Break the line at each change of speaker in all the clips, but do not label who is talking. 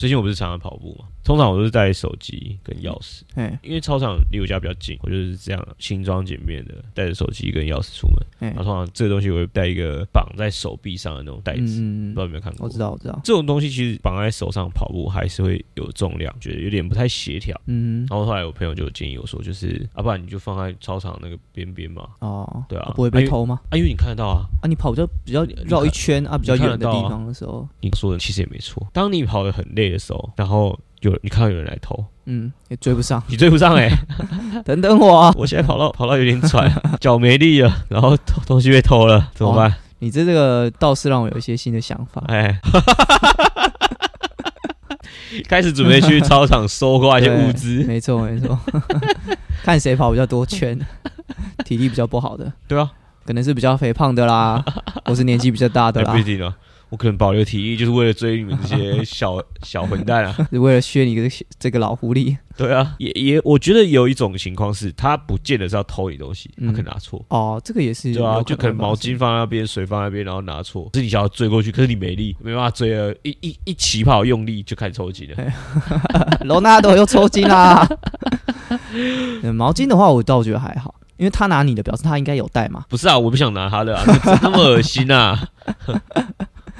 最近我不是常常跑步嘛，通常我都是带手机跟钥匙，
哎
因为操场离我家比较近，我就是这样轻装简便的带着手机跟钥匙出门。
哎
然后，通常这个东西我会带一个绑在手臂上的那种袋子，不知
嗯
道有没有看过？
我知道，我知道，
这种东西其实绑在手上跑步还是会有重量，觉得有点不太协调。
嗯，
然后后来我朋友就建议我说，就是啊，不然你就放在操场那个边边嘛，
哦，
对啊
不会被偷吗？
啊，因为你看得到啊。
啊，你跑比较比较
你看
绕一圈啊，比较远的地方的时候，
你说的其实也没错。当你跑得很累的时候，然后有你看到有人来偷，
嗯，也追不上。
你追不上哎、
等等我啊，
我现在跑到跑到有点喘， 脚没力了，然后偷东西被偷了，怎么办？
你这这个倒是让我有一些新的想法。
哎， 开始准备去操场搜刮一些物资。
没错没错， 看谁跑比较多圈， 体力比较不好的，
对啊，
可能是比较肥胖的啦，或是年纪比较大的
那
啦
不一，定啊。我可能保留体力，就是为了追你们这 些小小混蛋啊！
是为了削你这个这个老狐狸。
对啊，也也，我觉得有一种情况是，他不见得是要偷你东西，他
嗯
可能拿错，
哦，这个也是
对啊，
有
就可能
发
毛
生
巾放在那边，水放在那边，然后拿错，是你想要追过去，可是你没力，没办法追了，一一一起跑用力就开始抽筋了。
罗纳多又抽筋啦。嗯毛巾的话，我倒觉得还好，因为他拿你的，表示他应该有带嘛，
不是啊，我不想拿他的啊， 那那么恶心啊！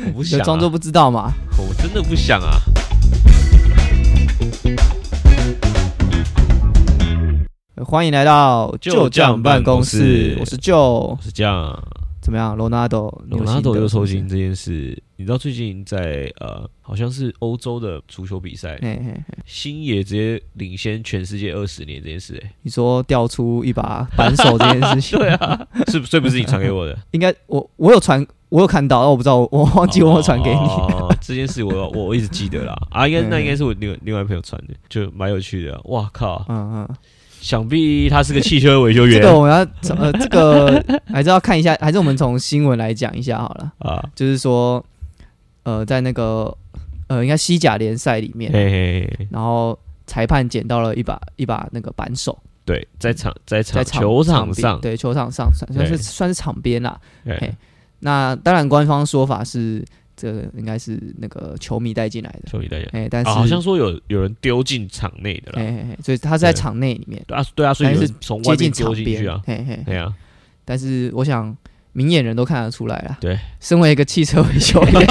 我不
就
想、啊，
装作不知道嘛。
我真的不想啊。
呃欢迎来到
啊旧将办公室
我是旧，
是这样啊，
怎么样？罗纳多，你
罗
有
纳
心
多
得
又抽
是
筋
不是。
这件事，你知道最近在呃，好像是欧洲的足球比赛，
嘿嘿嘿，
星野直接领先全世界二十年这件事、欸，
你说掉出一把扳手这件事 情，
对啊，是所以不是你传给我的，
应该我我有传，我有看到，但我不知道，我我 忘记我有传给你。
哦、这件事我，我我一直记得啦，啊，应该
嗯
那应该是我另外另外朋友传的，就蛮有趣的、啊，哇靠，
嗯嗯，
想必他是个汽车维修
这
员
个我们要呃，这个还是要看一下，还是我们从新闻来讲一下好了。
啊，
就是说，呃，在那个呃，应该西甲联赛里面，
嘿嘿嘿，
然后裁判捡到了一把一把那个扳手，
对，在场在场
在场
球
场
场
边
上，
对球场上算算
对
是算是场边啦。
哎
嘿那当然，官方说法是这个应该是那个球迷带进来的，
球迷代言，
哎、但是、
啊，好像说有有人丢进场内的啦
哎、。哎哎所以他是在
对
场内里面
对啊，对啊，所以
但
有
是
人从外
接
面
近
丢
场
进
边
去啊，，
嘿嘿，
对啊，
但是我想明眼人都看得出来了。
对，
身为一个汽车维修 员，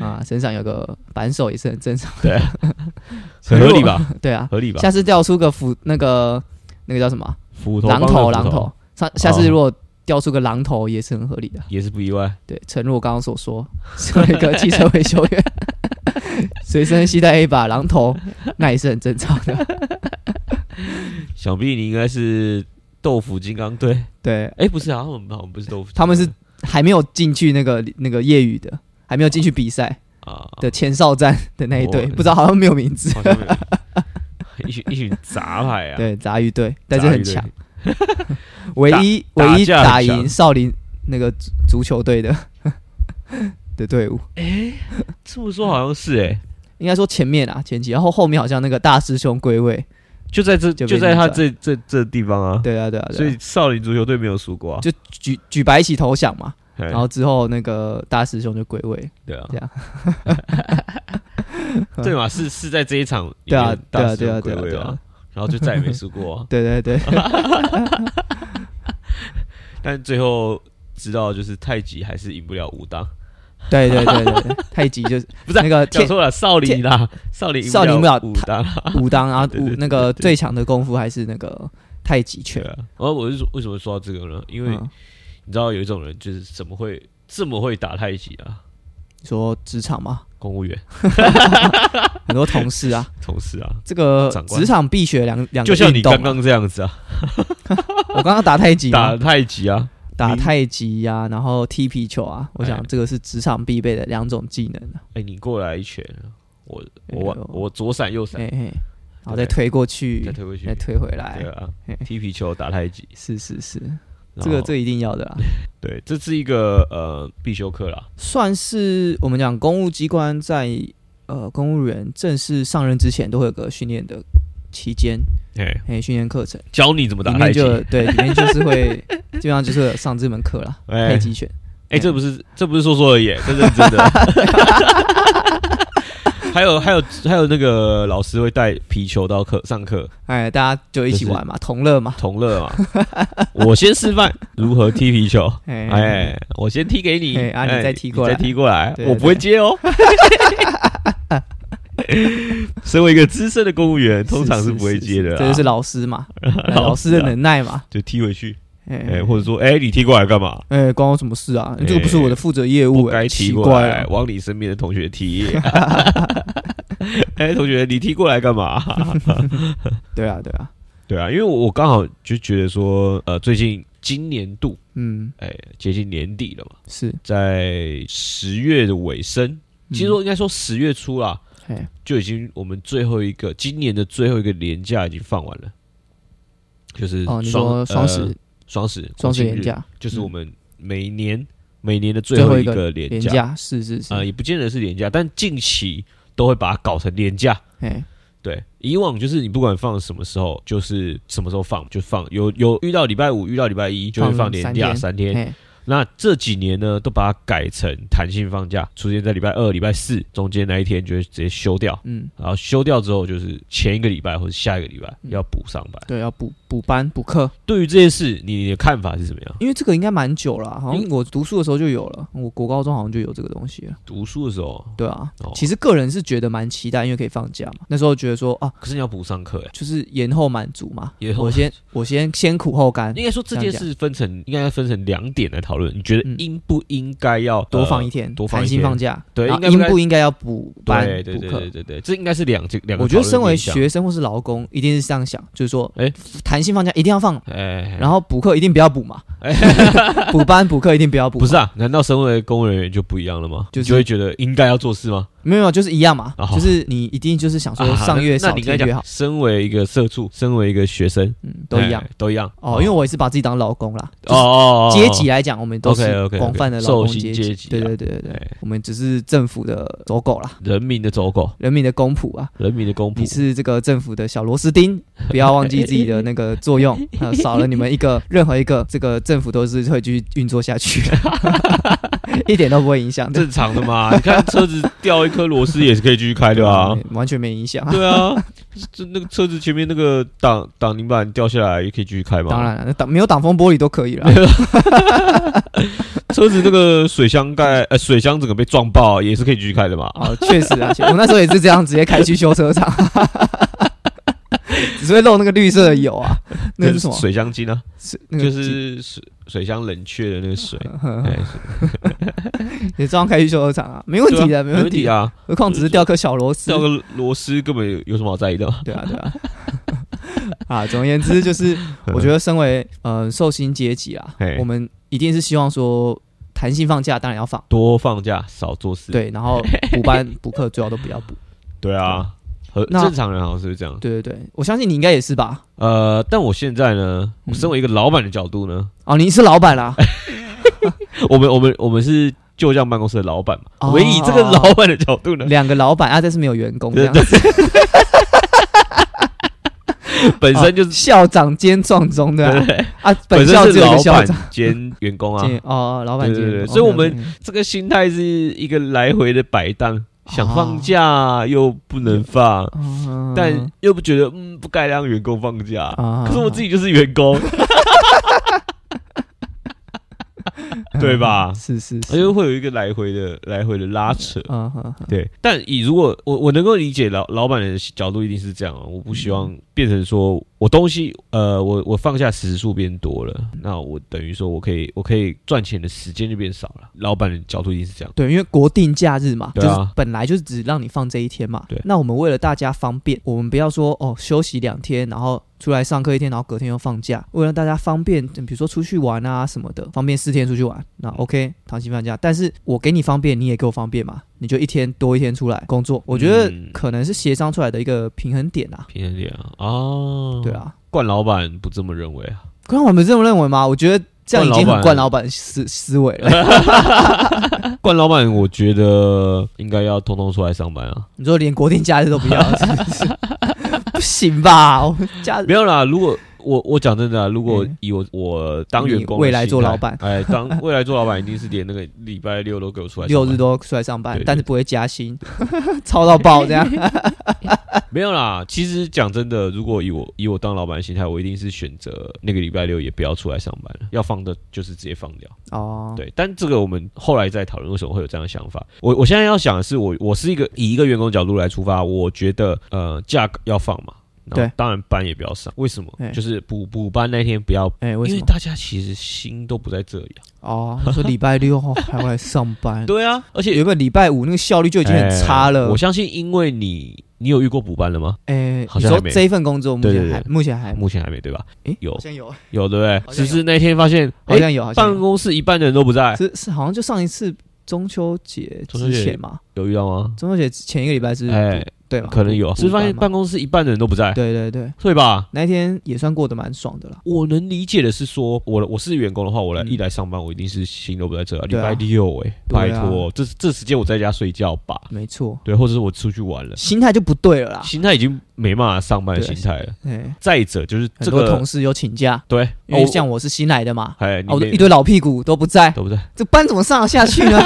啊，身上有个扳手也是很正常。
对啊，
所
很
以
合
我
理？ 吧？
对啊，
合理吧？
下次掉出个斧那个那个叫什么
斧头哦
榔
帮
头，
的
榔
斧
头，上下次如果掉出个榔头也是很合理的。
也是不意外。
对，诚如我刚刚所说， 身为一个汽车维修员， 随身携带一把榔头，那也是很正常的。
想必你应该是豆腐金刚 队，
对，
哎，不是啊，他们好像不是豆腐金刚队，
他们是还没有进去那个那个业余的，还没有进去比赛。
啊，
的前哨战的那一队，
哦
不知道好像没有名字，
好像没有一群一群杂牌啊，
对杂鱼队，但是很强
杂鱼，
唯一
打
唯一
打架很
打
强
赢少林那个足足球队的 的队伍，
队。这么说好像是哎，
应该说前面啊前期，然后后面好像那个大师兄归位，
就在这
就被
就在他
逆
这这这地方啊，
对啊对啊，对啊
所以少林足球队没有输过啊，
就举举白旗投降嘛，
嘿
然后之后那个大师兄就归位，
对啊
这样，
对嘛，是是在这一场里
对啊
面大师
对啊
兄
对啊
归位
对啊
嘛，然后就再也没输过 啊。
对对对，
但最后知道就是太极还是赢不了武当，
对对对对对，太极 就是
不是啊
那个
讲
天
错了，少林啦，少林
少林
赢
赢
不
不
了
了
武当，
武当，然后
对对
武
对
那个
对对
最强的功夫还是那个太极拳
对，啊。 然后我是说为什么说到这个呢？因为
嗯
你知道有一种人就是怎么会这么会打太极啊？
你说职场嘛，
公务员、
很多同 事啊。
同事啊，
这个
长官
职场必学两两个
就像你
运动
刚
啊，
刚这样子啊，
我刚刚打太极
打
嘛，
太极啊，
打
你
太极呀、然后踢皮球啊，我
哎
想这个是职场必备的两种技能啊。
哎，你过来一拳，啊我我
哎呦
我左闪右闪，
嘿嘿，然后
对
再推过去
再，推回去
再，推回
对
来，哎
啊
嘿，
踢皮球打太极，
是是是，
然
这个
后
这一定要的啦。
对，这是一个呃必修课啦，
算是我们讲公务机关在呃公务员正式上任之前都会有个训练的期间，
哎，
嘿，训练课程
教你怎么打
里
太
面
极
就，有对里面就是会基本上就是有上这门课啦，
哎
太极拳。
哎、这不是这不是说说而已，这认真的。 还有还有还有那个老师会带皮球到课上课，
哎，大家就一起玩嘛，同乐嘛，
同乐嘛。我先示范如何踢皮球，
哎
哎，我先踢给你，
哎啊你
哎
再踢过
再
来
踢过来，
对
我不会接哦。 身为一个资深的公务员，通常是不会接的
这就
啦
是，老 师嘛，哎老师的能耐嘛，
就踢回去，
哎
哎，或者说，哎，你踢过来干嘛？
哎，关我什么事啊？
哎
这个不是我的负责业务，
不
哎
该踢
奇
过
怪
来，
啊，
往你身边的同学 踢。哎，同学，你踢过来干嘛？
对啊，对啊，
对啊，因为我我刚好就觉得说，呃，最近今年度，
嗯，
哎，接近年底了嘛，
是，在
在十月的尾声，其
嗯
实我应该说十月初啦，
哎，
就已经我们最后一个今年的最后一个年假已经放完了，就是
哦，你
双
说双十
呃双十
双十
国庆
连
日，
假
就是
嗯
我们每年每年的最后一个年
连假，是是是
啊、，也不见得是年假，但近期都会把它搞成年假。
哎，
对，以往就是你不管放什么时候，就是什么时候放就放，有有遇到礼拜五，遇到礼拜一就会放
放
年
三
假
天
三天。
哎，
那这几年呢，都把它改成弹性放假，出现在礼拜二、礼拜四中间那一天，就会直接休掉。
嗯，
然后休掉之后，就是前一个礼拜或者下一个礼拜要补上班。
对，要补补班补课，
对于这件事，你你的看法是怎么样？
因为这个应该蛮久了啊，好
因
像我读书的时候就有了，我国高中好像就有这个东西了。
读书的时候，
对啊，
哦
其实个人是觉得蛮期待，因为可以放假嘛。那时候觉得说啊，
可是你要补上课哎。
就是延后满足嘛
延，后
我先我先先苦后甘，
应该说这件事分成应该分成两点来讨论。你觉得
嗯
应不应该要
多放一
天？
天，
呃多放一
弹性
天
放假，
对
然
应该不
后应
该
不应该要补班
对对
补
对
课
对？对对，这应该是两这两个。
我觉得身为，学生或是劳工，一定是这样想，就是说，
哎
弹性放假一定要放，
哎，
然后补课一定不要 补嘛，
哎
补班补课一定不要 补
不
嘛，
是啊？难道身为公务人员就不一样了吗？
就是
你就会觉得应该要做事吗？
没有没有，就是一样嘛
哦，
就是你一定就是想说
啊
上月
那
少
那你应该
天越
讲
好，，
身为一个社畜，身为一个学生，
嗯，都一样
哎，都一样
哦，因为我也是把自己当劳工啦，
哦哦
阶级啊来讲，我们都是
OK，OK，OK，
广泛的劳
受
工
薪
阶
阶
级
级，
对
啊
对对对对
哎，
我们只是政府的走狗啦，
人民的走狗，
人民的公仆啊，
人民的公仆
你。是这个政府的小螺丝钉，不要忘记自己的那个作用，呃，少了你们一个，任何一个，这个政府都是会继续运作下去，一点都不会影响的，
正常的嘛，你看车子掉一颗螺丝也是可以继续开的 啊。
嗯完全没影响啊。
对啊，这那个车子前面那个挡挡泥板掉下来也可以继续开嘛。
啊当然了，那挡没有挡风玻璃都可 以了，
车子那个水箱盖，呃，水箱整个被撞爆，也是可以继续开的嘛。
哦，确实啊，确我那时候也是这样，直接开去修车厂， 只是会漏那个绿色的油啊，那个是什么？
水箱精啊，
是那个
就
几
是水水箱冷却的那个水。哎
嗯你照样开去修车厂啊，没问题
对啊
的，
没
问
问题。啊，
何况只是掉颗小螺丝
掉，个螺丝根本有有什么好在意的 嘛？
对啊，对啊。啊，总而言之， 就是 我觉得身为呃受薪阶级啊
嗯嘿，
我们一定是希望说弹性放假当然要放，
多放假，少做事。
对，然后 补班补课最好都不要补。
对啊，和
嗯那
正常人好像是不是这样。
对对对，我相信你应该也是吧？
呃，但我现在呢，
嗯
我身为一个老板的角度呢，
哦，你是老 板啦，
我们我们我们是旧将办公室的老板嘛，
哦
我们以这个老板的角度呢，
两个老板啊，但是没有员工这
对
样子，
本身就是
校长兼壮中对
对
啊
不对
啊，
本
本校
身是
只有一
老
个校长
板兼员工啊，
兼哦，老板
对对
兼
对，
，OK，
所以我们
OK，OK
这个心态是一个来回的摆荡，想放假又不能放，
哦
但又不觉得嗯不该让员工放假，
啊
可是我自己就是员 工，对吧
是是是，
而且会有一个来回的来回的拉扯。
嗯哼哼
对，但以如果我我能够理解老老板的角度一定是这样啊，我不希
嗯
望变成说我东西呃我我放下时数变多了，那我等于说我可以我可以赚钱的时间就变少了，老板的角度一定是这样，
对，因为国定假日嘛，
对啊
就是本来就是只让你放这一天嘛。
对
那我们为了大家方便，我们不要说哦休息两天，然后出来上课一天，然后隔天又放假。为了大家方便，嗯比如说出去玩啊什么的，方便四天出去玩，那 OK，弹性放假。但是我给你方便，你也给我方便嘛，你就一天多一天出来工作。我觉得
嗯
可能是协商出来的一个平衡点啊。
平衡点啊，哦，
对，啊，
冠老板不这么认为啊，
可是我们这么认为吗？我觉得这样已经
冠老
很
板
惯老板思思维了。
冠老板我觉得应该要通通出来上班啊，
你 说连国定假日都不要，是不是不行吧？我假日
没有啦，如果我我讲真的啊、如果
嗯
以我我当员工
你未来做
的心
老板
态哎，当未来做老板一定是连那个礼拜六都给我出来上
六
班。
日都出来上班
对，对
但是不会加薪， 超到爆 这样。
没有啦，其实讲真的，如果以我以我当老板的心态，我一定是选择那个礼拜六也不要出来上班了，要放的就是直接放掉。
哦，
对，但这个我们后来再讨论为什么会有这样的想法。我我现在要想的是我，我是一个以一个员工角度来出发，我觉得呃假要放嘛，然后
对
当然班也不要上，为什么
哎？
就是补补班那天不要，
哎，为
因
什
为
么？
大家其实心都不在这里、啊。
哦，你说礼拜六哦还要来上 班，
对啊，而且
有个礼拜五那个效率就已经很差
哎
了
我。相信，因为你你有遇过补班了吗？
哎，
好
你
像
说
还没
这一份工作目
对
前
对
还
对
目前还
目前还没对吧？
哎
有
好像有，
有对不对？
好像
只
有
是那天发现，
好
哎、
像有，好像
办
有。
公室一半的人都不在，
是是，好像就上一次中秋节
中秋节
之前嘛，
有遇到吗？
中秋节前一个礼拜是
哎、
对吧？
可能有，
补
是发现办
补班嘛
公室一半的人都不在，
对对对，
对吧？
那一天也算过得蛮爽的啦。
我能理解的是说，我我是员工的话，我来、
嗯
一来上班，我一定是心都不在这啊。礼
对啊
拜六哎、拜
对啊
托，这这时间我在家睡觉吧，
没错，
对，或者是我出去玩了，
心态就不对了啦。
嗯心态已经没办法上班的心
啊对
态了。
哎，
再者就是
很
这
多同
个
事有请假，
对，
因为
哦
像我是新来的嘛，
哎，
啊
你
我的
没
一堆老屁股都不在，
对不对？
这班怎么上得下去 呢？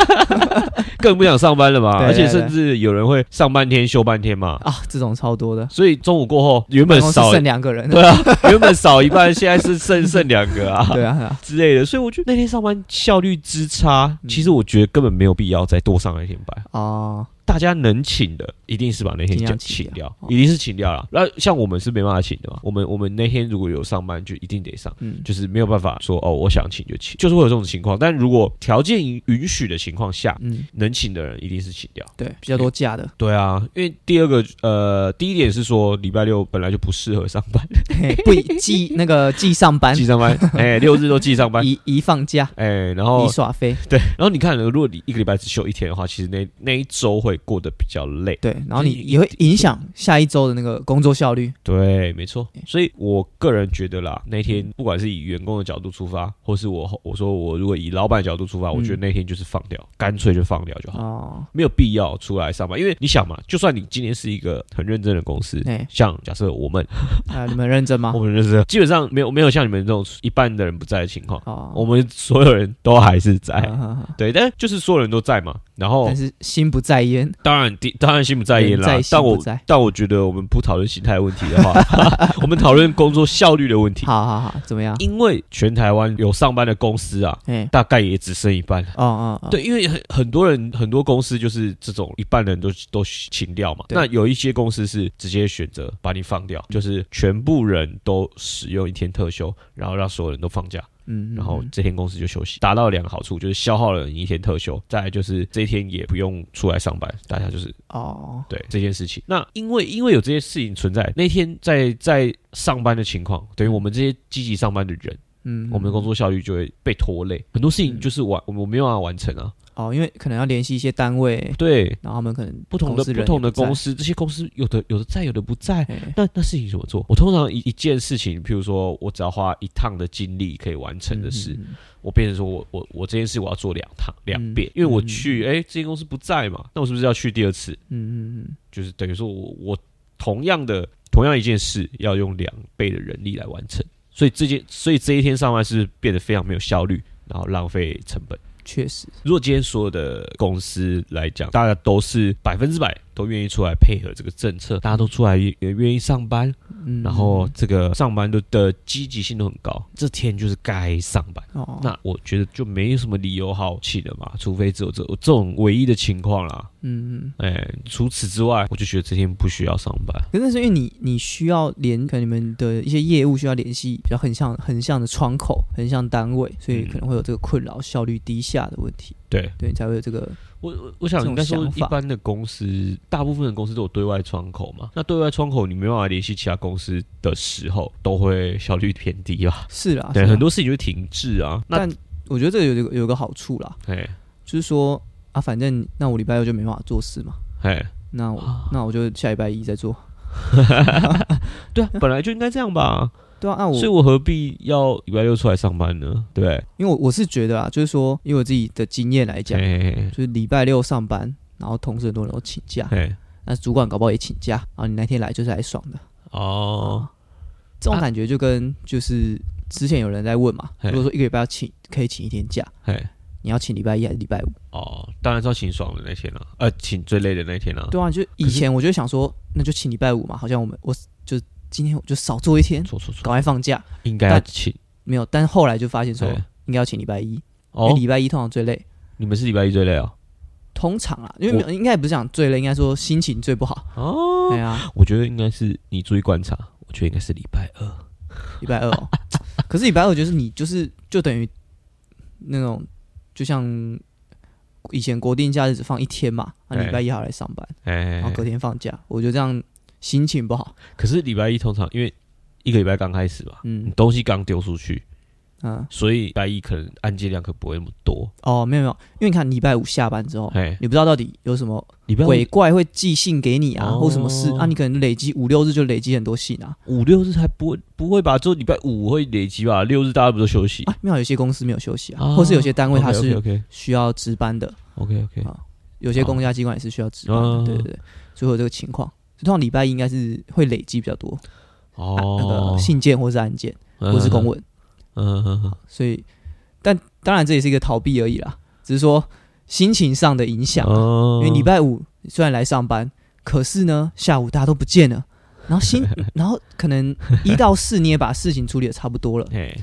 更不想上班了嘛，
对
而且
对对
甚至有人会上半天休半天嘛，
啊，这种超多的，
所以中午过后原
办
本
公室
少
剩两个 人，
对啊，原本少一半，现在是剩剩两个啊。
对啊，对啊
之类的，所以我觉得那天上班效率之差，
嗯
其实我觉得根本没有必要再多上一天班。
哦，
大家能请的，一定是把那天
尽
假
量
请
请
掉
哦，
一定是请掉了。那像我们是没办法请的嘛，我们我们那天如果有上班，就一定得上。
嗯，
就是没有办法说哦，我想请就请，就是会有这种情况。但如果条件允许的情况下，
嗯，
能请的人一定是请掉。
对，比较多假的，
对啊，因为第二个呃，第一点是说礼拜六本来就不适合上班，
嘿不以记那个记上班
记，上 班，哎，六日都记上班，
宜宜放假，
哎，然
宜
后
耍飞，
对，然后你看，如果你一个礼拜只休一天的话，其实那那一周会过得比较累。
对，然后你
就是
也会影响下一周的那个工作效率，
对，没错。所以我个人觉得啦，那天不管是以员工的角度出发，或是我我说我如果以老板的角度出
嗯
发，我觉得那天就是放掉，干脆就放掉就好，
哦，
没有必要出来上班。因为你想嘛，就算你今天是一个很认真的公司
哎，
像假设我们
啊，你们认真吗
我？们就是基本上没有没有像你们这种一半的人不在的情况，
哦，
我哎们所有人都还是在。
啊哈哈
对，但就是所有人都在嘛，然后
但是心不在焉，
当然，第当然心不哦在焉啦
人在。心
但我
不在
但我觉得我们不讨论心态问 题的话，我们讨论工作效率的问题。
好好好，怎么样？
因为全台湾有上班的公司啊，
哎，
大概也只剩一半。啊
哦哦，哦，
对，因为很很多人很多公司就是这种一半人都都请掉嘛。
对
那有一些公司是直接选择把你放掉，就是全部人都使用一天特休，然后让所有人都放假。
嗯，嗯
然后
嗯
这天公司就休息，达到两个好处，就是消耗了你一天特休，再来就是这一天也不用出来上班，大家就是
哦，
对这件事情。那因为因为有这些事情存在，那天在在上班的情况，等于我们这些积极上班的人，
嗯，
我们的工作效率就会被拖累，很多事情
嗯
就是完我们没有办法完成啊。
哦，因为可能要联系一些单位，
对，
然后他们可能
不同的
公司人
不同的
也在
公，司，这些公司有的有的在，有的不在。
哎
那那事情怎么做？我通常一一件事情，譬如说我只要花一趟的精力可以完成的事，，
嗯嗯
我变成说我我我这件事我要做两趟两
嗯
遍，因为我
嗯
去哎、这间公司不在嘛，那我是不是要去第二次？
嗯嗯嗯，
就是等于说我我同样的同样一件事要用两倍的人力来完成，所以这件所以这一天上班是变得非常没有效率，然后浪费成本。
确实，
如果今天所有的公司来讲，大家都是百分之百都愿意出来配合这个政策，大家都出来也也愿意上班，
嗯，
然后这个上班的的积极性都很高，这天就是该上班。
哦，
那我觉得就没什么理由好气的嘛，除非只有这这种唯一的情况啦。
嗯嗯。
哎、除此之外，我就觉得这天不需要上班。
可是那是因为你你需要联，可能你们的一些业务需要联系比较横向横向的窗口、横向单位，所以
嗯
可能会有这个困扰、效率低下的问题，
对
对，才会有这个
我，我我想
这种
应该说，
想
一
法
般的公司，大部分的公司都有对外窗口嘛。那对外窗口你没办法联系其他公司的时候，都会效率偏低吧？
是啦，
对，
啊是啦
很。多事情就会停滞啊。那
但我觉得这个有有有个好处啦，
哎
就是说啊，反正那我礼拜六就没办法做事嘛，
哎，
那我那我就下礼拜一再做。
对 啊，本来就应该这样吧。
对啊，那我
所以我何必要礼拜六出来上班呢？对不对？
因为我我是觉得啊，就是说，以我自己的经验来讲，
哎哎
就是礼拜六上班，然后同事很多人都请假，
哎，哎
那主管搞不好也请假，然后你那天来就是来爽的，
哦，
这种感觉就跟就是之前有人在问嘛，
嘿
如果说一个礼拜要请可以请一天假，
嘿，
你要请礼拜一还是礼拜五？
哦，当然是要请爽的那天了、呃，请最累的那天了、
对啊，就以前我就想说，那就请礼拜五嘛，好像我们我就今天我就少做一天，
错错错，
赶快放假。
应该要请
没有，但后来就发现说
对
应该要请礼拜一，因为
哦。
礼拜一通常最累。
你们是礼拜一最累哦。
通常啊，因为没有应该也不是讲最累，应该说心情最不好。
哦，
哎呀，
我觉得应该是你注意观察，我觉得应该是礼拜二。
礼拜二哦， 可是礼拜二就是你就是就等于那种就像以前国定假日只放一天嘛，那
对
礼拜一还要来上班，
哎、
然后隔天放假，我就这样心情不好。
可是礼拜一通常因为一个礼拜刚开始吧，你
嗯
东西刚丢出去，
嗯，
所以礼拜一可能案件量可不会那么多。
哦，没有没有，因为你看礼拜五下班之后，
哎，
你不知道到底有什么
礼拜五
鬼怪会寄信给你啊，
哦
或什么事啊，你可能累积五六日就累积很多信啊。
五六日还不会不会吧？只有礼拜五会累积吧？六日大家不都休息？
啊，没有，有些公司没有休息啊，
哦
或是有些单位它
OK
是
OK
需要值班的，
OK OK，
啊有些公家机关也是需要值班
哦
的，对对对，所以会有这个情况。所以通常礼拜一应该是会累积比较多，啊那
哦
个，信件或是案件或
我
是公，文，
嗯嗯嗯，
所以但当然这也是一个逃避而已啦，只是说心情上的影响啊。
哦
因为礼拜五虽然来上班，可是呢下午大家都不见了，然后 心然后可能一到四你也把事情处理的差不多 了，
嘿，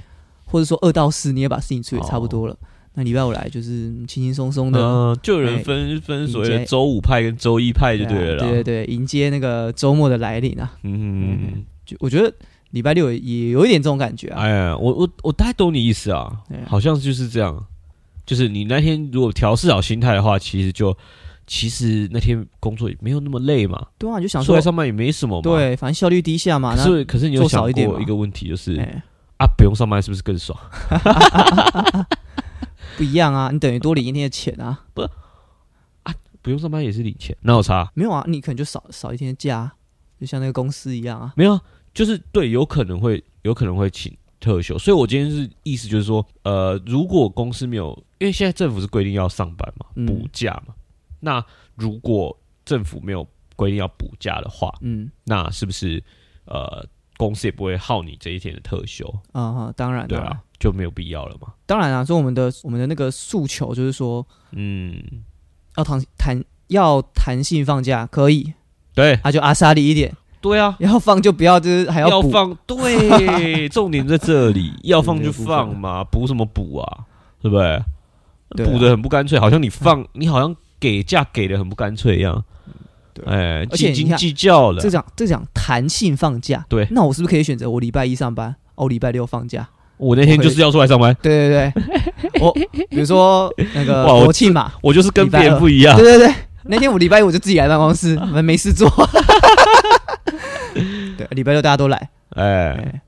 或者说二到四你也把事情处理得差不
哦
多了，那礼拜五来就是轻轻松松的。
嗯，就有人分分所谓
迎
的
接
周五派跟周一派哎就对了啦。
啊哎对对对，迎接那个周末的来临啊！
嗯，
就我觉得礼拜六也也有一点这种感觉啊。
哎呀，我我我大概懂你意思啊
对，啊
好像就是这样。就是你那天如果调试好心态的话，其实就其实那天工作也没有那么累嘛，
对啊，你就想
出
说
来，上班也没什么嘛。，
对，反正效率低下嘛。
可
那
是可是你有
做
想
少一点
过
嘛
一个问题，就是
哎，
啊，不用上班是不是更爽？
不一样啊，你等于多领一天的钱啊。
不用上班也是领钱，哪有差？
没有啊，你可能就少少一天的假啊，就像那个公司一样啊。
没有，啊，就是对，有可能会有可能会请特休，所以我今天是意思就是说，呃，如果公司没有，因为现在政府是规定要上班嘛，
嗯
补假嘛，那如果政府没有规定要补假的话，
嗯
那是不是呃公司也不会耗你这一天的特休？
啊哈，当然
对
当然
啊，就没有必要了嘛。
当然啊，所以我们的我们的那个诉求就是说，
嗯，
要弹弹要弹性放假可以，
对
啊就阿萨利一点，
对啊。
要放就不要就是还
要
补。
放对，重点在这里，要放就
这个部分
放嘛，补什么补啊，对不对？
对啊嗯
补的很不干脆，好像你放，你好像给价给的很不干脆一样。
对
哎，
而
斤
且你
斤
看
计较了
这，讲这讲弹性放假，
对
那我是不是可以选择我礼拜一上班，哦，我礼拜六放假？
我那天就是要出来上班，
对对对，我比如说那个
哇我啊
国庆嘛，
我就是跟
礼拜
别人
二
不一样
对。对对，那天我礼拜一我就自己来办公室，
啊
我们没事做。 对，礼拜六大家都来，
哎，
哎，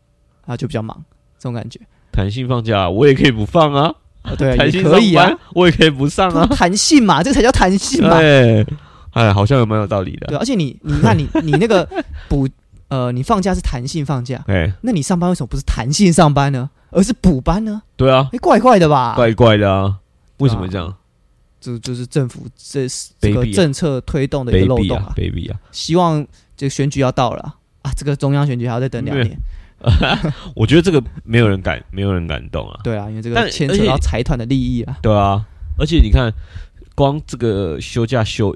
啊就比较忙，这种感觉，
弹性放假，我也可以不放啊，
啊对，
弹
也
性
可以
上
啊
班，，我也可以不上啊。
弹性嘛，这个才叫弹性嘛。
哎，哎，好像有蛮有道理
对，啊
的。
而且你你看你你那个补呃，你放假是弹性放假，
哎，
那你上班为什么不是弹性上班呢，而是补班呢？
对啊，
哎，怪怪的吧？
怪怪的啊，为什么
对啊
这样
就就是政府这这个
Baby 啊
政策推动的一个漏
？baby
洞
啊
啊，
，baby 啊，
希望这个选举要到了啊啊，这个中央选举还要再等两
没有
年。
我觉得这个没有人敢，没有人敢动啊。
对啊，因为这
但
个牵扯
而且
到财团的利益啊。
对啊，而且你看，光这个休假休，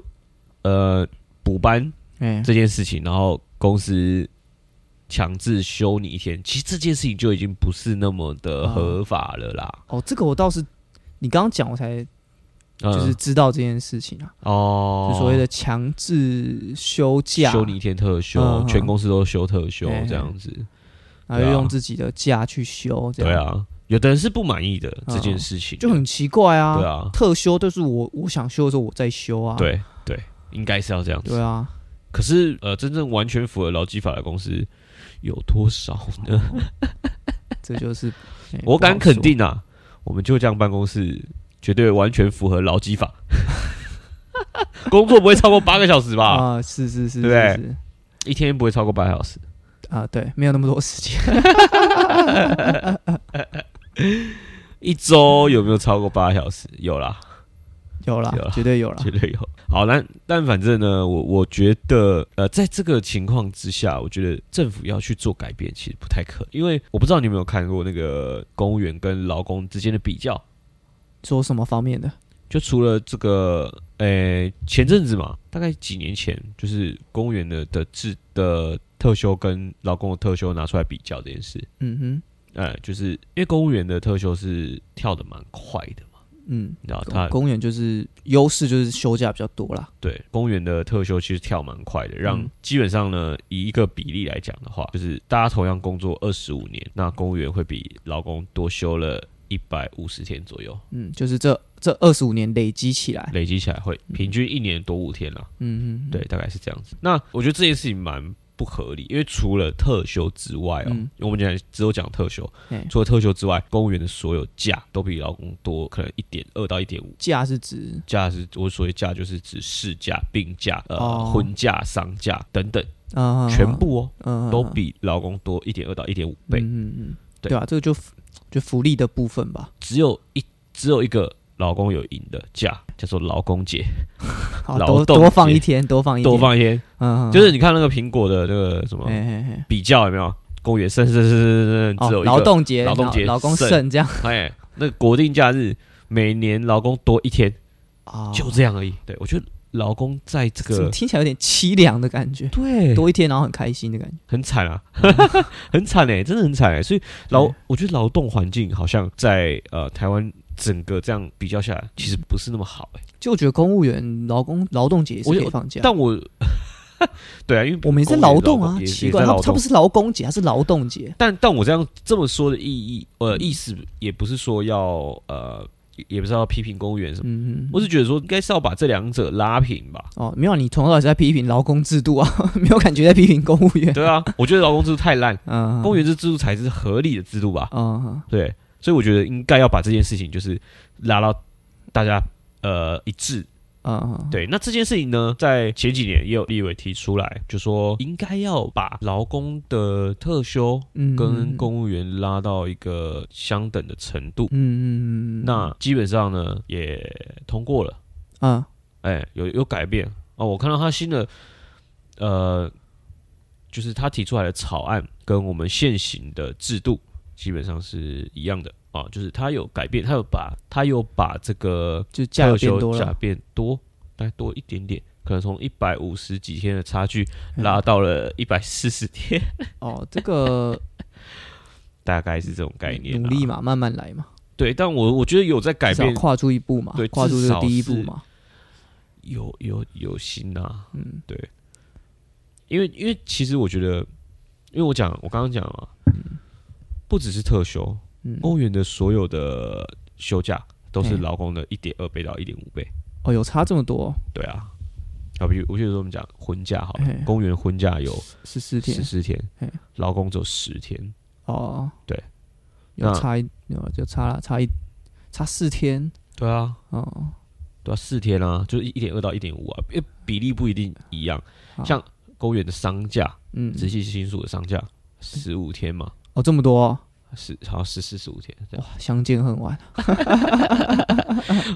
呃，补班
哎、
这件事情，然后公司强制休你一天，其实这件事情就已经不是那么的合法了啦。
哦，这个我倒是你刚刚讲，我才
嗯
就是知道这件事情啊，
哦，
就所谓的强制休假，
休你一天特休，
嗯嗯
全公司都休特休
哎
这样子。
然后
对
又
啊
用自己的假去休，这
对
样
啊，有的人是不满意的
嗯
这件事情，
就很奇怪啊。
对啊，嗯
特休就是我我想休的时候我再休啊。
对对，应该是要这样
对
子。
啊，
可是呃，真正完全符合劳基法的公司有多少呢？
这就是、哎
我敢
不好说
肯定啊，我们就这样办公室绝对完全符合劳基法， 工作不会超过八个小时吧？
啊、是是是是
对不对
是
一天不会超过八个小时。
啊，对，没有那么多时间。
一周有没有超过八个小时？有啦，
有啦
有啦，
绝对有啦。
绝对有。好，但但反正呢，我我觉得，呃，在这个情况之下，我觉得政府要去做改变，其实不太可能，因为我不知道你有没有看过那个公务员跟劳工之间的比较，
说什么方面的？
就除了这个，呃、前阵子嘛，大概几年前，就是公务员的的制的特休跟劳工的特休拿出来比较这件事，
嗯
呃，就是因为公务员的特休是跳的蛮快的嘛，
哼，嗯，
你知道他
公公务员就是优势就是休假比较多啦。
对，公务员的特休其实跳蛮快的，让
嗯
基本上呢，以一个比例来讲的话，就是大家同样工作二十五年，那公务员会比劳工多休了一百五十天左右，
嗯，就是这这二十五年累积起来，
累积起来会平均一年多五天啦。
嗯嗯，
对，大概是这样子。那我觉得这件事情蛮不合理，因为除了特休之外哦，
嗯
我们讲只有讲特休
嘿，
除了特休之外，公务员的所有假都比劳工多，可能一点二到一点五。
假是指
假是我所谓假，就是指事假、病假、呃、
哦
婚假、丧假等等，
啊，
全部哦，
嗯
都比劳工多一点二到一点五倍，
嗯嗯嗯，
对
对啊，这个就福就福利的部分吧。
只有一只有一个劳工有赢的假，叫做劳工节，
好，
劳
多
动
多放
节
一天，多放一天，
多放一天。
嗯，嗯，
就是你看那个苹果的那个什么
哎哎哎，
比较有没有？公务员剩剩剩剩剩
哦
只有一个
劳动节，
劳动
劳
节
劳工
剩
剩这样
哎，那个国定假日每年劳工多一天，
啊，
就这样而已。对我觉得劳工在这
怎么
个
听起来有点凄凉的感觉？
对
多一天，然后很开心的感觉。
很惨啊， 很惨哎、真的很惨哎、所以劳
嗯对，
我觉得劳动环境好像在呃台湾整个这样比较下来，其实不是那么好哎、
就我觉得公务员劳工劳动节也是
我
可
有
以放假，
但我 对啊，因为
我们也是
公务员
劳动啊，
也
奇
也
怪，
在
他
劳
他
动
不。是劳工节，他是劳动节。
但但我这样这么说的意义，呃，意思也不是说要呃，也也不是要批评公务员什么，
嗯嗯。
我是觉得说应该是要把这两者拉平吧。
哦，没有，你从头到尾是在批评劳工制度啊， 没有感觉在批评公务员。
对啊，我觉得劳工制度太烂，
嗯，
公务员这制度才是合理的制度吧？
嗯，嗯
对，所以我觉得应该要把这件事情就是拉到大家呃一致。
嗯，嗯，
对，那这件事情呢，在前几年也有立委提出来，就说应该要把劳工的特休
嗯，
跟公务员拉到一个相等的程度。
嗯，嗯嗯嗯，
那基本上呢也通过了，
嗯
哎、有有改变哦。我看到他新的呃，就是他提出来的草案跟我们现行的制度基本上是一样的啊，就是他有改变，他有把他有把这个
就假
特
有变
休
多
假
了，
变多，大概多一点点。可能从一百五十几天的差距
嗯
拉到了一百四十天，
哦，这个
大概是这种 概念、啊
努力，嘛，慢慢来嘛，
对，但我我觉得有在改
至少
变，
跨出一步嘛
对，
跨出这
至
个
少
第一步
是
嘛，
有有有心啊，
嗯
因为因为其实我觉得，因为我讲我刚刚讲啊，不只是特休，
嗯，
公务员的所有的休假都是
嗯
劳工的一点二倍到一点五倍。
哦，有差这么多，
对啊，啊，比如我记得我们讲婚假好了，
嗯
公务员婚假有
十四
哦十
天，
四天
嗯，
劳工只有十天。
哦，
对，
有
那
差一，有就差了，差一，差四天，
对啊，
哦，
对啊，四天啊，就是一点二到一点五啊，因为比例不一定一样。
好
像公务员的丧假，
嗯，
直系亲属的丧假十五天嘛，
哦，这么多哦、
十好像十四十五天这样。
哇，相见恨晚。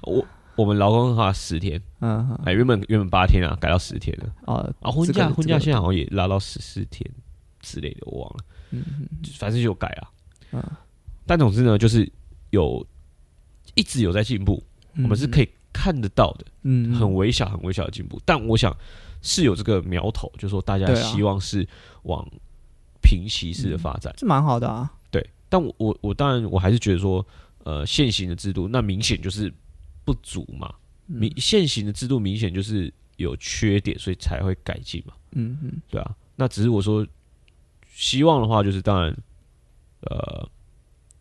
我我们劳工的话十天。
嗯，嗯
哎，原本原本八天啊，改到十天了
哦，
啊。婚
这个
假婚
这
假
个
现在好像也拉到十四天之类的，我忘了，
嗯嗯
就反正就有改啊。
嗯
但总之呢，就是有一直有在进步，
嗯
我们是可以看得到的，
嗯，嗯
很微小很微小的进步。但我想是有这个苗头，就是说大家
对啊
希望是往平息式的发展。
这蛮好的啊。
对，但我我我当然我还是觉得说，呃，现行的制度那明显就是不足嘛，明现行的制度明显就是有缺点，所以才会改进嘛，
嗯嗯，
对啊。那只是我说，希望的话就是当然，呃，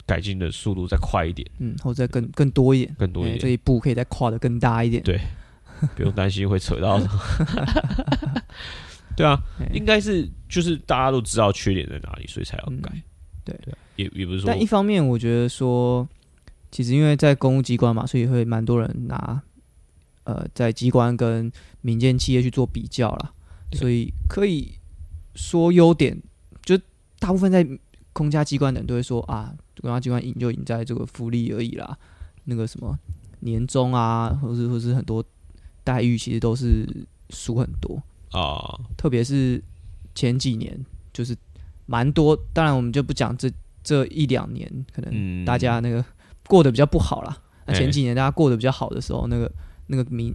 改进的速度再快一点，
嗯，或者再更更多一点，
更多
哎
一
这
点，
一步可以再跨的更大一点。
对不用担心会扯到。 对啊，
哎
应该是就是大家都知道缺点在哪里，所以才要改。
嗯对
对啊，也也不是说
但一方面，我觉得说，其实因为在公务机关嘛，所以会蛮多人拿呃，在机关跟民间企业去做比较啦，
对
所以可以说优点，就大部分在公家机关的人都会说啊，公家机关赢就赢在这个福利而已啦，那个什么年终啊，或是或是很多待遇，其实都是输很多。
啊，
特别是前几年，就是蛮多。当然，我们就不讲这这一两年，可能
嗯
大家那个过得比较不好啦。那、
哎
前几年大家过得比较好的时候，那个那个明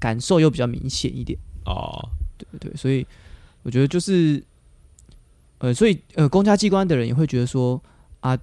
感受又比较明显一点，
哦，
对不对？所以我觉得就是，呃，所以呃，公家机关的人也会觉得说啊，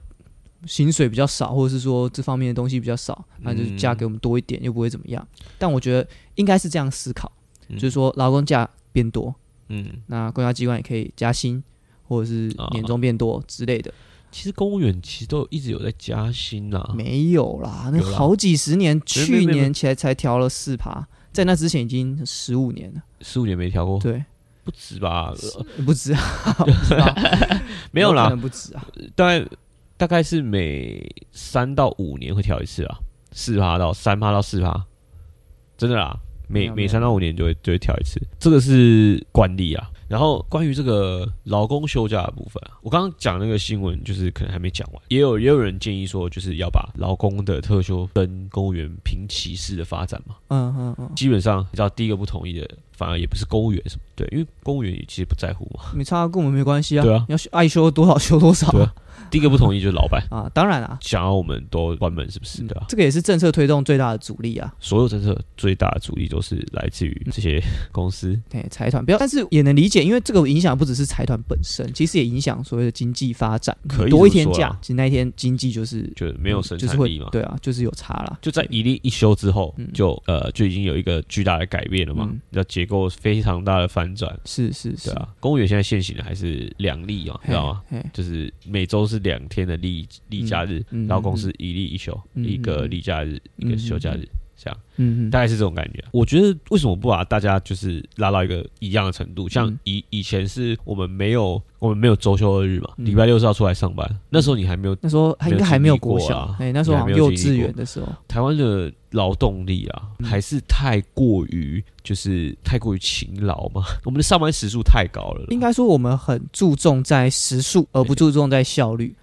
薪水比较少，或者是说这方面的东西比较少，那就是价
嗯
给我们多一点，又不会怎么样。但我觉得应该是这样思考，
嗯
就是说劳工价变多，
嗯，
那公家机关也可以加薪，或者是
啊
年终变多之类的。
其实公务员其实都有一直有在加薪啊啦、
没有啦，那
有啦
好几十年，
没
去
没没
年才才调了四趴，在那之前已经十五年了。
十五年没调过，
对，
不止吧？呃
不止啊，不止啊，
没有
可
啦，
能不止啊。
大概大概是每三到五年会调一次啊，四趴到三趴到四趴，真的啦，
没
每
有没
每
有
三到五年就会就会调一次，这个是惯例啊。然后关于这个劳工休假的部分啊，我刚刚讲那个新闻就是可能还没讲完，也有也有人建议说就是要把劳工的特休跟公务员平齐式的发展嘛。
嗯嗯嗯，
基本上，你知道第一个不同意的，反而也不是公务员什么，对，因为公务员也其实不在乎 嘛。
没差，跟我们没关系啊。
对啊
你要休爱修多少修多少
对啊第一个不同意就是老板
啊。当然啊，
想要我们都关门，是不是？对啊，
这个也是政策推动最大的阻力啊。
所有政策最大的阻力都是来自于这些公司。
对，财团不要，但是也能理解，因为这个影响不只是财团本身，其实也影响所谓的经济发展。
可以
多一
这么
天
说啦啊
假，其实那一天经济就是
就是没有生
就是
产
会
力嘛。
对啊，就是有差啦。
就在一例一休之后
嗯，
就呃就已经有一个巨大的改变了嘛
嗯，
要结构非常大的翻转，
是是是，
对啊。公务员现在现行的还是两例嘛，
嘿，
你知道吗？
嘿？
就是每周是两天的例例假日
嗯嗯，
劳工是一例一休，
嗯
一个例假日，一个休假日，这样
嗯嗯，
大概是这种感觉。啊我觉得为什么不把大家就是拉到一个一样的程度？像
嗯
以以前是我们没有我们没有周休二日嘛，
嗯
礼拜六是要出来上班，那时候你还没有
那时候还应该还没有国
没有
小
经历过啊，
哎，那时候好像
你还没
幼
有
稚
经历过啊
园的时候，
台湾的劳动力啊，
嗯
还是太过于就是太过于勤劳嘛， 我们的上班时数太高了啦，
应该说我们很注重在时数，而不注重在效率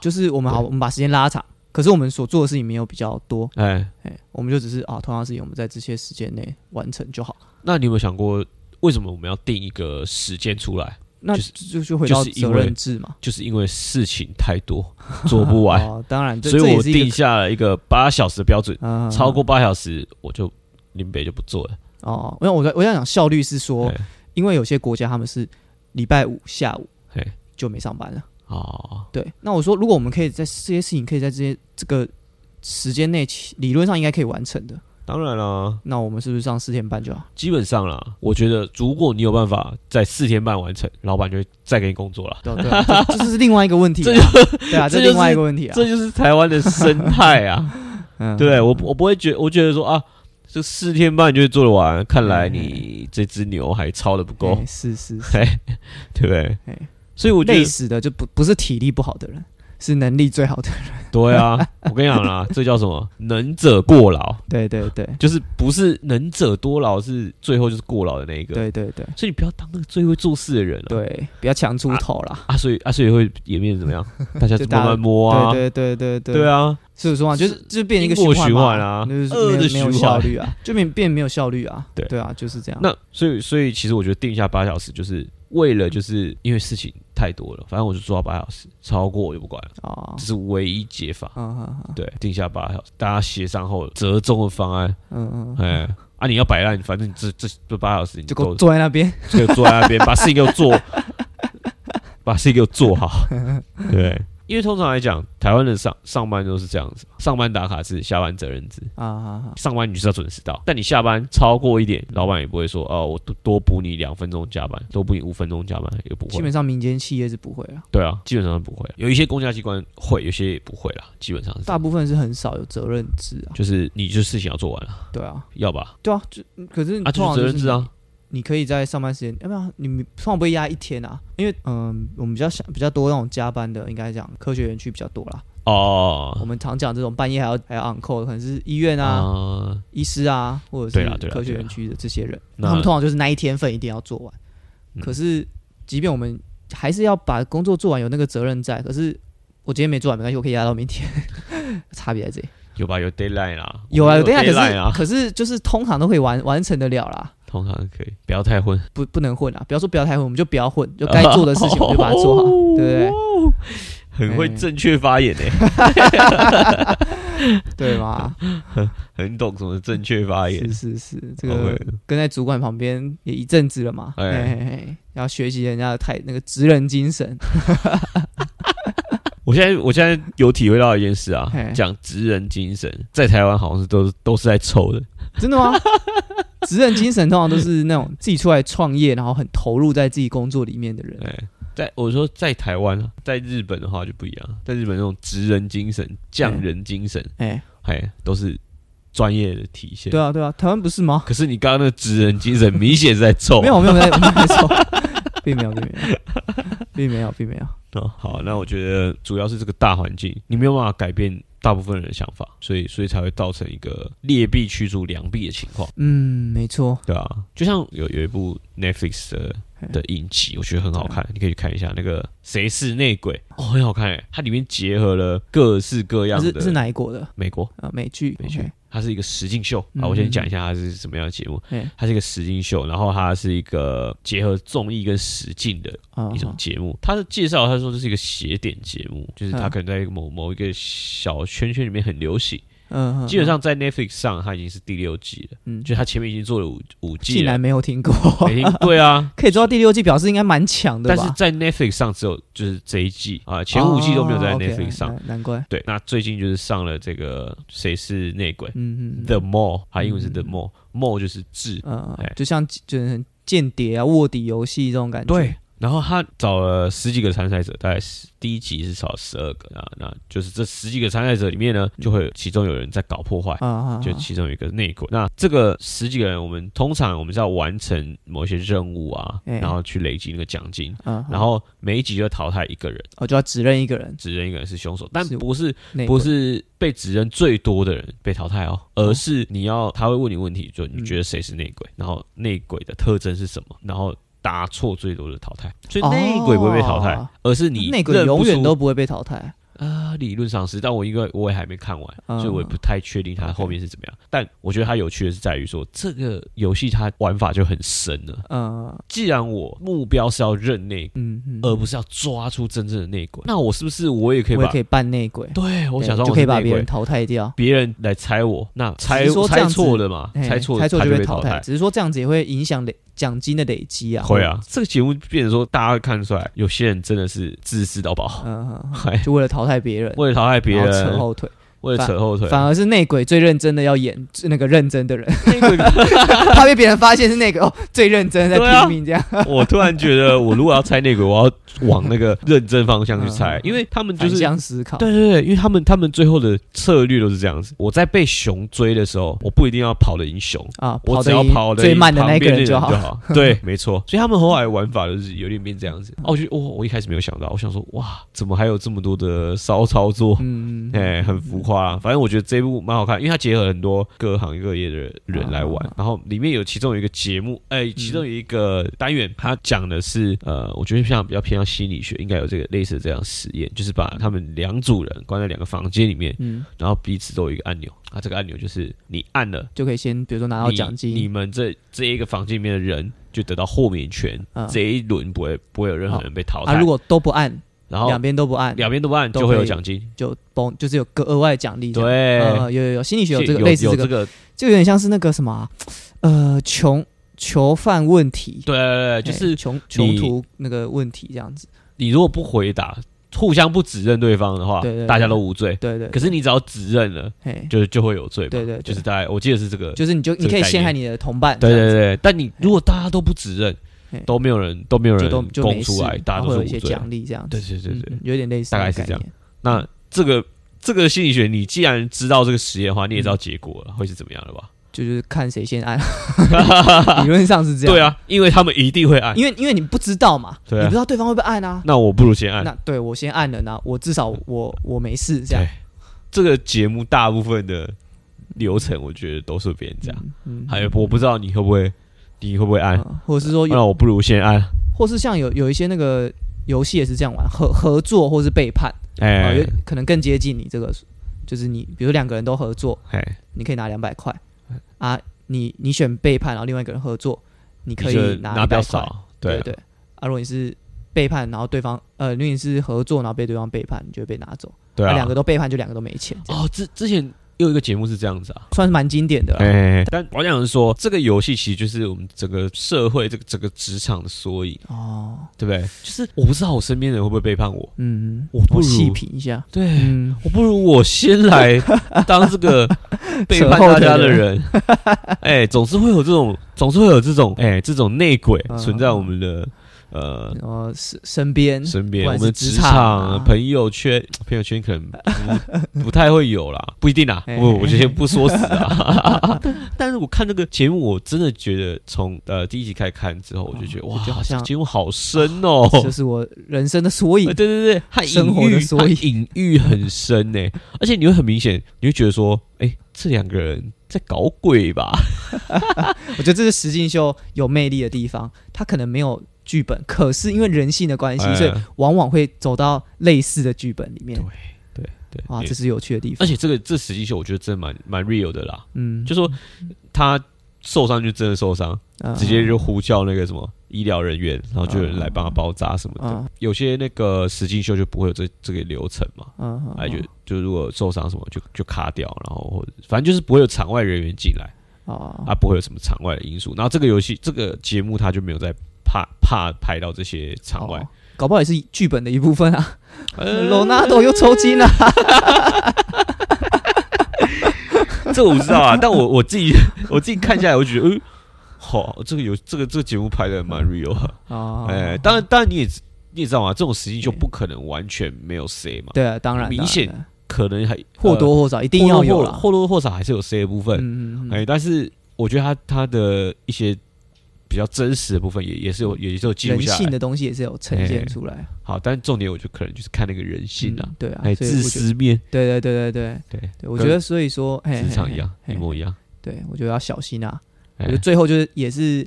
就是我们好，
啊对
我们把时间拉长，可是我们所做的事情没有比较多，
哎，
哎，我们就只是啊，同样的事情我们在这些时间内完成就好。
那你有没有想过，为什么我们要定一个时间出来？
那
就是
就就回到
就是因
责
为
任制嘛，
就是因为事情太多，做不完，
哦，当然，这
所以
这也
我
是一个
定下了一个八小时的标准，
啊
超过八小时我就林北就不做了。
哦，没有，我在我在讲效率是说
哎，
因为有些国家他们是礼拜五下午
嘿，
就没上班了。
哦，
对，那我说，如果我们可以在这些事情可以在这些这个时间内，其理论上应该可以完成的，
当然啦，
那我们是不是上四天半就好？
基本上啦，我觉得如果你有办法在四天半完成，老板就会再给你工作了。
对啊对啊， 这这是另外一个问题啊，
这
对啊，
这
这
就
是
是
另外一个问题啊，
这就是台湾的生态 啊，
嗯
对不对？我不我不会觉我觉得说啊，这四天半就做得完，看来你这只牛还操的不够
哎，是是是，
嘿， 对不对
哎？
所以我觉
累
得
死的就不不是体力不好的人，是能力最好的人，
对 啊，我跟你讲啦，这叫什么？能者过劳，
对对对
就是不是能者多劳，是最后就是过劳的那一个。，
对对对
所以你不要当那个最会做事的人啊。
对，不要强出头啦，
啊，所以啊，所以会演变成怎 么样？大家
就大家
慢慢摸啊，
对对对对
对啊，
所以说嘛，就是就是变成一个
因果
循
循
嘛
环啊
就是
恶
没有
的
没有
循
效
环
率 啊，就变变没有效率啊，
对
对啊，就是这样。
那所以所以其实我觉得定下八小时，就是为了就是因为事情太多了，反正我就做到八小时，超过我就不管了，
哦
这，是唯一解法。
嗯嗯嗯
对，定下八小时，大家协商后折中的方案。
嗯嗯，
哎，啊，你要摆烂，反正你这这这八小时你
就
就
给我
都
坐在那边，
就坐在那边，把事情给我做， 把事情给我做好。对，因为通常来讲，台湾的上上班都是这样子，上班打卡制，下班责任制。
啊啊
上班你就是要准时到，但你下班超过一点，老板也不会说哦，我多多补你两分钟加班，多补你五分钟加班也不
基
会
本。上民间企业是不会了，
对啊，基本上不会。有一些公家机关会，有些也不会啦，基本上是这样。
大部分是很少有责任制啊，
就是你就事情要做完了，
对啊，
要吧？
对啊，就可是
啊，
通
就是
常
责
就
任制
是
啊，
你可以在上班时间，要不然你们通常不会压一天啊，因为嗯，我们比较想比较多那种加班的，应该讲科学园区比较多啦，我
哦，
们常讲这种半夜还要还要 on call，可能是医院啊，
啊，
医师啊，或者
对啦
是
对啦
科学
对啦
园区的这些人，
那
他们通常就是那一天份一定要做完。
嗯
可是，即便我们还是要把工 作做完，有那个责任在。可是我今天没做完没关系，我可以压到明天，差别在这里。
有吧？有 d a y l i n e 啦，
有
我
啊，
们
有等一下可
deadline
是、
啊，
可是就是通常都可以完完成得了啦，
通常可以，不要太混。
不不能混啊，不要说不要太混，我们就不要混，就 该做的事情我们就把它做好，
哦
对不对？
很会
嗯
正确发言诶、欸
对 嘛？
很懂什么是正确发言
是。是是，这
哎好
个
会
跟在主管旁边也一阵子了嘛，
哎
哎哎哎要学习人家的态那个职人精神，
我现在我现在有体会到一件事啊
嘿，
讲职人精神，在台湾好像是都是都是在抽的，
真的吗？ 职人精神通常都是那种自己出来创业，然后很投入在自己工作里面的人。
哎，在我说在台湾啊，在日本的话就不一样，在日本那种职人精神、匠人精神，
哎、
哎，都是专业的体现。
对啊，对啊，台湾不是吗？
可是你刚刚那个职人精神明显是在抽，
没有，没有，没有，没有， 并没有，并没有，并没有，并没有。
哦，好，那我觉得主要是这个大环境，你没有办法改变大部分人的想法，所以所以才会造成一个劣币驱逐良币的情况，
嗯，没错。
对啊，就像有有一部 Netflix 的的影集，我觉得很好
啊
看，你可以去看一下那个《谁是内鬼》，哦，很好看诶，它里面结合了各式各样
是
的
是哪一国的？
美国
呃，美剧，
美剧
OK，
它是一个实境秀啊，
嗯
我先讲一下它是什么样的节目
嗯，
它是一个实境秀，然后它是一个结合综艺跟实境的
啊
一种节目。他的介绍，他说这是一个邪典节目，就是
嗯
他可能在某某一个小圈圈里面很流行。
嗯，嗯
基本上在 Netflix 上，它已经是第六季了，
嗯，
就他前面已经做了五五季
竟
了
然。没哦有听过，，
已经对啊
可以做到第六季，表示应该蛮强的
但
吧？
是在 Netflix 上只有就是这一季啊，前五季都没有在
哦
Netflix 上。
，OK，难难怪。
对，那最近就是上了这个谁是内鬼
嗯嗯嗯
The Mole，它英文是 The Mole，Mole 就是智。
嗯，嗯
哎
就像就是间谍啊、卧底游戏这种感觉。
对，然后他找了十几个参赛者，大概十第一集是找十二个啊，那就是这十几个参赛者里面呢，就会有其中有人在搞破坏。
啊，啊，啊
就其中有一个内鬼，那这个十几个人，我们通常我们是要完成某些任务啊，
哎
然后去累积那个奖金，
嗯，
然后每一集就淘汰一个人，
哦我就要指认一个人，
指认一个人是凶手，但
是
不是
内
不
鬼
是被指认最多的人被淘汰哦，而是你要他会问你问题，就你
嗯
觉得谁是内鬼，然后内鬼的特征是什么，然后答错最多的淘汰，所以
哦
内鬼不会被淘汰，而是你
内鬼
认不
永远
出
都不会被淘汰。
啊、理论上是，但我因为我也还没看完，
嗯
所以我也不太确定它
OK
后面是怎么样。但我觉得它有趣的是在于说，这个游戏它玩法就很深了。
嗯
既然我目标是要认内鬼，
嗯嗯，
呃而不是要抓出真正的内鬼，那我是不是我也可以
我也
把
可以扮内鬼，
对我
对
假装
就
我
可
是
以把
内
别人
鬼，
淘汰掉。
别人来猜我，那猜
只是说这
猜
样子
错了嘛，
哎
猜错
猜错
他
就
就
被
被
淘
淘
汰，
汰。
只是说这样子也会影响累奖金的累积啊。
会啊，这个节目变成说，大家看得出来，有些人真的是自私到 爆，
嗯，嗯，嗯
哎
就为了淘汰别人，
为了淘汰别
然后扯
人，啊
后腿，
为了扯后腿，
反而是内鬼最认真的要演那个认真的人，
内鬼
怕被别人发现是内鬼哦，最认真在
啊
拼命这样。
我突然觉得，我如果要猜内鬼，我要往那个认真方向去猜
嗯，
因为他们就
反
是
向思考，
对对对，因为他们他们最后的策略都是这样子。我在被熊追的时候，我不一定要跑得赢熊，
啊，
我
跑
只
得
要
赢
跑得
最
赢
慢的
旁
那
边
个
的人
就好。
好。对， 没错。所以他们后来玩法就是有点变这样子。哦，我就我我一开始没有想到，我想说哇，怎么还有这么多的骚操作？
嗯，
哎、很浮夸啊！反正我觉得这一部蛮好看，因为它结合很多各行各业的人来玩，
啊
然后里面有其中有一个节目，哎、其中有一个单元，它讲的是呃，我觉得像比较偏向心理学，应该有这个类似的这样的实验，就是把他们两组人关在两个房间里面，
嗯，
然后彼此都有一个按钮，啊，这个按钮就是你按了，
就可以先比如说拿到
你
奖
你
金，
们这这一个房间里面的人就得到豁免权，
啊
这一轮不会不会有任何人被淘汰，
啊，如果都不按，
然后
两边都不按，
两边都不按
都
就会有
可以
奖金，
就崩，就是有个额外的奖励这样。
对
呃，有有有，心理学有这个
有
类似
有
这
这
个，
个
就有点像是那个什么啊，呃，囚囚犯问题，
对对对，就
哎
是
囚囚
你
徒那个问题这样子。
你如果不回答，互相不指认对方的话，
对对对
大家都无罪。
对对，
可是你只要指认了，
哎，
就就会有罪嘛。
对对对
就是大概我记得是这个。
就是你就
这个
你可以
概念
陷害你的同伴，
对
这
对
样子
对，但你如果大家都不指认
嘿，
都没有人都没有人
就都就
供
没事
出来，，大
然
家
后
都
会
是无
有一些
罪。
奖励这样子
对。对对
嗯
对
嗯，有点类似，
大概是这样。那这个这个心理学，你既然知道这个实验的话，你也知道结果了会是怎么样了吧？
就是看谁先按，理论上是这样。
对，啊，因为他们一定会按。
因为因为你不知道嘛，
对啊
你不知道对方会不会按啊。
那我不如先按。
那对我先按了呢，我至少
嗯
我我没事这样。
这个节目大部分的流程，我觉得都是别人这样。
嗯，
还有，我不知道你会不会，你会不会按？
嗯或者是说有，
那我不如先按。
或是像有有一些那个游戏也是这样玩，合合作或是背叛，哦
哎、
啊有可能更接近你这个就是你比如两个人都合作，
嘿，
你可以拿两百块啊，你你选背叛，然后另外一个人合作，你可
你
以
就
100
比较
块，
少，
对
啊
对啊，如果你是背叛，然后对方呃，如果你是合作，然后被对方背叛，你就会被拿走。
对啊，
两个都背叛，就两个都没钱，这样
哦，之之前又有一个节目是这样子啊，
算是蛮经典的啦。
哎，但我想说，这个游戏其实就是我们整个社会、这个整个职场的缩影，
哦，
对不对？就是我不知道我身边的人会不会背叛我，
嗯，
我不
我细
如
品一下，
对，
嗯，
我不如我先 来当这个背叛大家的人。哎，总是会有这种，总是会有这种，哎，这种内鬼
啊
存在我们的呃
然后身身边
身边，
嗯不
我
管
们
是
的
职
职
场
场
啊、
朋友圈、朋友圈可能不不太会有 啦，不一定啦。
哎
我我就先不说死 啊。但是我看这个节目，我真的觉得从呃第一集开始看之后，我就觉得
我
哇
觉得好，像
这节目好深 哦。
就是我人生的缩
呃
影。
对对对，它隐喻
生活的缩影
它隐喻很深呢、而且你会很明显，你会觉得说，哎，这两个人在搞鬼吧？
我觉得这是石进秀有魅力的地方，他可能没有剧本，可是因为人性的关系，
哎
所以往往会走到类似的剧本里面。
对对
啊，
对
这是有趣的地方。
而且这个这实际秀，我觉得真的蛮蛮 real 的啦。
嗯，
哎就说他受伤就真的受伤，
呃
直接就呼叫那个什么医疗人员，然后就有人来帮他包扎什么的。
嗯
有些那个实境秀就不会有这这个流程嘛，
嗯，嗯
哎、就就如果受伤什么就就卡掉，然后或者反正就是不会有场外人员进来，
哦
啊，不会有什么场外的因素。然后这个游戏这个节目他就没有在怕怕拍到这些场外
哦，搞不好也是剧本的一部分啊。
呃
罗纳多又抽筋了，哦
这我不知道啊，但我我自己 我自己看下来，我就觉得，嗯，好、这个有这个这个节目拍的蛮 real 啊。
哦，
哎、当然，当然你也知你也知道嘛，这种实境秀不可能完全没有 C 嘛，
对啊，当然
明
当然
显
当然
可能还
或
呃
多或少一定要有
或多
啦。
或或多或少还是有 C 的部分。哎、
嗯嗯嗯，
但是我觉得他他的一些比较真实的部分也也是有也是有记录
人
下
性
来。
的东西也是有呈现出来。
好，但重点我就可能就是看那个人性啊
嗯，对啊
哎、，
所以
自
我觉得，
私面，
对对对对对
对，
对，我
跟
觉得所以说，嘿
职场一样，
嘿
一
嘿
模一样。
对我觉得要小心啊。我
哎
觉得最后就是也是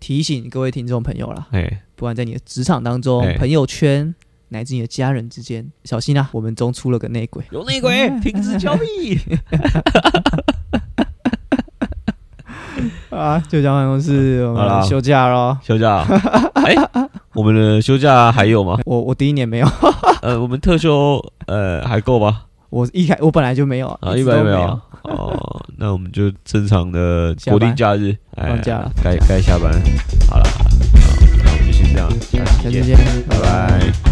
提醒各位听众朋友啦，
哎，
不管在你的职场当中
哎、
朋友圈乃至你的家人之间，小心啊！我们中出了个内鬼。
有内鬼，
嗯
停止交易。
啊，就讲办公室，我
好啦
们休假喽。
休假啊，哎、我们的休假还有 吗？
我我第一年没有，
呃，我们特休呃还够吧？
我一开我本来就没有
啊，一
一直
百
都
没
有
有。哦，那我们就正常的
下
国
班
定假日，哎
放假了，
该该下班了，好了，好那我们就先这样，
下
下
次
期见，
见，
拜拜。